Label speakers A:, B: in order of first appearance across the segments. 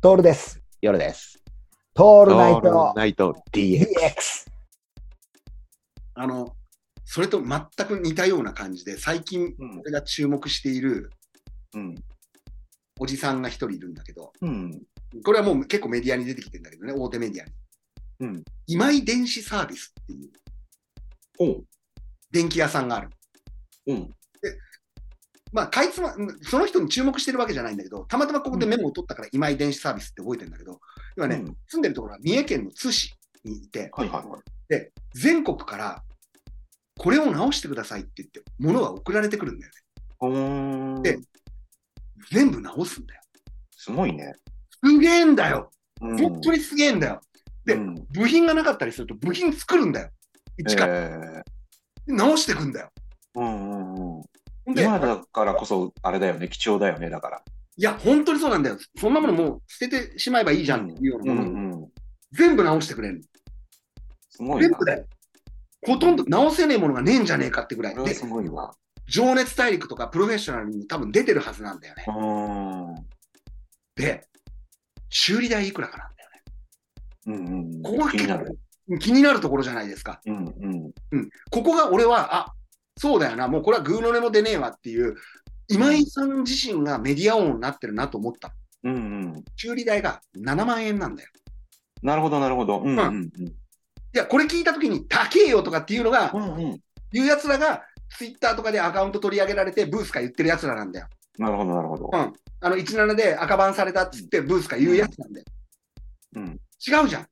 A: トールです。
B: 夜です。
A: ト
B: オ
A: ールナイト
B: ナイト DX。
A: DX。
C: あの、それと全く似たような感じで、最近、
B: うん
C: 俺が注目している
B: うん。
C: おじさんが一人いるんだけど、
B: うん。
C: これはもう結構メディアに出てきてるんだけどね、大手メディアに。
B: うん。
C: 今井電子サービスっていう
B: おう。
C: 電気屋さんがある。
B: うん。
C: まあ、かいつま、うんその人に注目してるわけじゃないんだけど、たまたまここでメモを取ったから今井電子サービスって覚えてるんだけど、要はね、
B: うん
C: 住んでるところは三重県の津市にいて、
B: はいはいはい。
C: 全国からこれを直してくださいって言って、物が送られてくるんだよね。
B: ほーん。
C: で全部直すんだよ。
B: すごいね。
C: すげえんだよ本当に
B: に。
C: すげえんだよで
B: うん、
C: 部品がなかったりすると部品作るんだよ。一から
B: え
C: 直していくんだよ。
B: ーうんうんうん。
C: ほんで、
B: 今だからこそ、あれだよね、貴重だよね、だから。
C: いや、本当にそうなんだよ。そんなものもう捨ててしまえばいいじゃんっていうよう
B: う
C: なもの、
B: んうん。
C: 全部直してくれる。
B: すごい
C: 全
B: な
C: 部。だよ。ほとんど直せねえものがねえんじゃねえかってぐらい。
B: これは、
C: です
B: ごいわ。
C: 情熱大陸とかプロフェッショナルに多分出てるはずなんだよね
B: う。ん。うん
C: で、修理代いくらかなんだよ
B: うん。
C: ここが
B: 気
C: 結
B: にな
C: 構
B: る。
C: ね。気になるところじゃないですか。
B: うんうん。
C: うん。ここが俺は、あ、そうだよな、もうこれはグーの音も出ねえわっていう、今井さん自身がメディア王になってるなと思った。
B: うんうん。
C: 修理代が7万円なんだよ。
B: なるほど、なるほど。うんうん
C: いや、これ聞いたときに、高えよとかっていうのが、
B: うん。うんうん。
C: いうやつらが、ツイッターとかでアカウント取り上げられて、ブースか言ってるやつらなんだよ。
B: なるほど、なるほど。
C: あの、17で赤番されたっつって、ブースか言うやつなんだよ。
B: うん
C: 違うじゃん。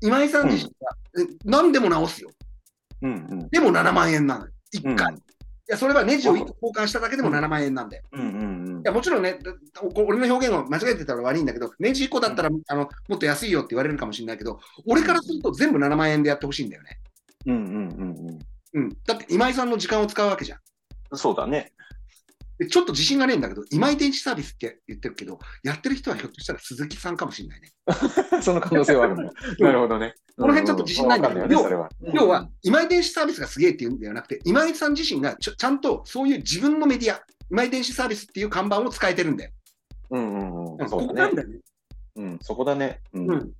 C: 今井さん自身は、え何でも直すよ。
B: うんうん。
C: でも7万円なのよ。
B: う
C: 1
B: ん
C: 回。いや、それはネジを一個交換しただけでも7万円なんだよ。
B: うんうんうん
C: い。や、もちろんね、だこ俺の表現を間違えてたら悪いんだけど、ネジ1個だったら、あの、もっと安いよって言われるかもしれないけど、俺からすると全部7万円でやってほしいんだよね。
B: うんうんうんうん。
C: うん、だって今井さんの時間を使うわけじゃん。
B: そうだね。
C: でちょっと自信がねえんだけど、今井電子サービスって言ってるけど、やってる人はひょっとしたら鈴木さんかもしれないね。
B: その可能性はあるの。なるほどね。
C: この辺ちょっと自信ないんだけど
B: わかよねそれは。
C: 要は、今井電子サービスがすげえっていうんではなくて、今井さん自身がちょちゃんとそういう自分のメディア、今井電子サービスっていう看板を使えてるんだよ。
B: うんう
C: うん
B: んう。
C: んこ
B: そ
C: こな
B: うだ
C: ん
B: ね。
C: だよね。
B: うん、そこだね。うん
C: うん。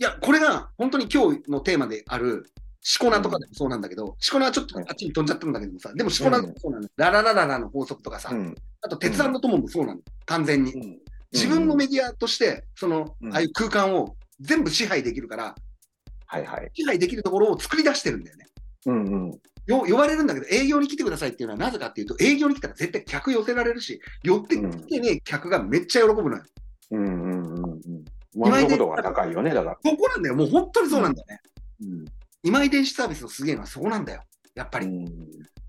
C: いや、これが本当に今日のテーマである、シコナとかでもそうなんだけど、シコナはちょっとあっちに飛んじゃったんだけどもさ、でもシコナもそうなの、ラララララの法則とかさ、
B: うん
C: あと鉄腕の友もそうなの、完全に。
B: うん
C: 自分のメディアとして、その
B: う、ん
C: ああいう空間を全部支配できるから、
B: はいはい。
C: 支配できるところを作り出してるんだよね。
B: うんうん。
C: よ呼ばれるんだけど、営業に来てくださいっていうのはなぜかっていうと、営業に来たら絶対客寄せられるし、寄ってきてね、客がめっちゃ喜ぶのよ。
B: うんうんうんうん。満足度が高いよね、だから。
C: そこなんだよ。もう本当にそうなんだよね。
B: うん。
C: 今井電子サービスのすげえのはそこなんだよ。やっぱり。
B: うん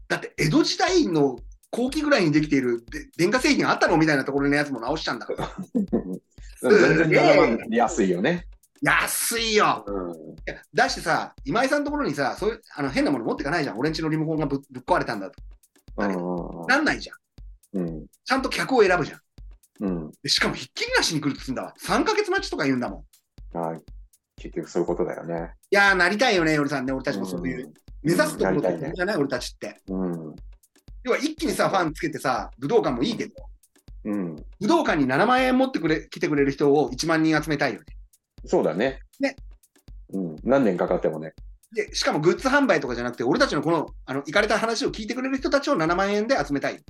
C: だって、江戸時代の後期ぐらいにできているで電化製品あったのみたいなところのやつも直しちゃうんだから。
B: 全然7万安いよね。
C: 安いよ。
B: うん
C: いやだしてさ、今井さんのところにさ、そういうあの変なもの持ってかないじゃん。俺んちのリモコンがぶぶっ壊れたんだと。
B: うん
C: なんないじゃん。
B: うん
C: ちゃんと客を選ぶじゃん。
B: うん。
C: でしかもひっきりなしに来るっつうんだわ。3ヶ月待ちとか言うんだもん。い
B: はい。結局そういうことだよね。
C: やー、なりたいよね、よりさんね。俺たちもそういう。目指すところと
B: なりた
C: か
B: いね
C: じゃない、俺たちって。
B: うん。
C: 要は一気にさ、ファンつけてさ、武道館もいいけど、
B: うん。
C: 武道館に7万円持ってくれ来てくれる人を1万人集めたいよね。
B: そうだね。
C: ね。
B: うん。何年かかってもね。
C: で、しかもグッズ販売とかじゃなくて、俺たちのこの、あの、行かれた話を聞いてくれる人たちを7万円で集めたい。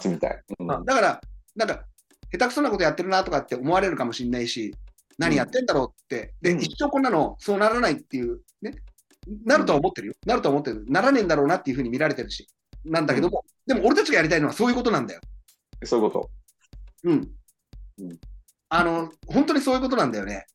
B: 集みたい。うん
C: だから、なんか、下手くそなことやってるなとかって思われるかもしれないし、何やってんだろうって、で、
B: うん
C: 一生こんなの、そうならないっていう、ね、なるとは思ってるよ、なるとは思ってる、ならねえんだろうなっていうふうに見られてるし、なんだけども、でも俺たちがやりたいのはそういうことなんだよ。
B: そういうこと。
C: うん。
B: うん
C: あの、本当にそういうことなんだよね。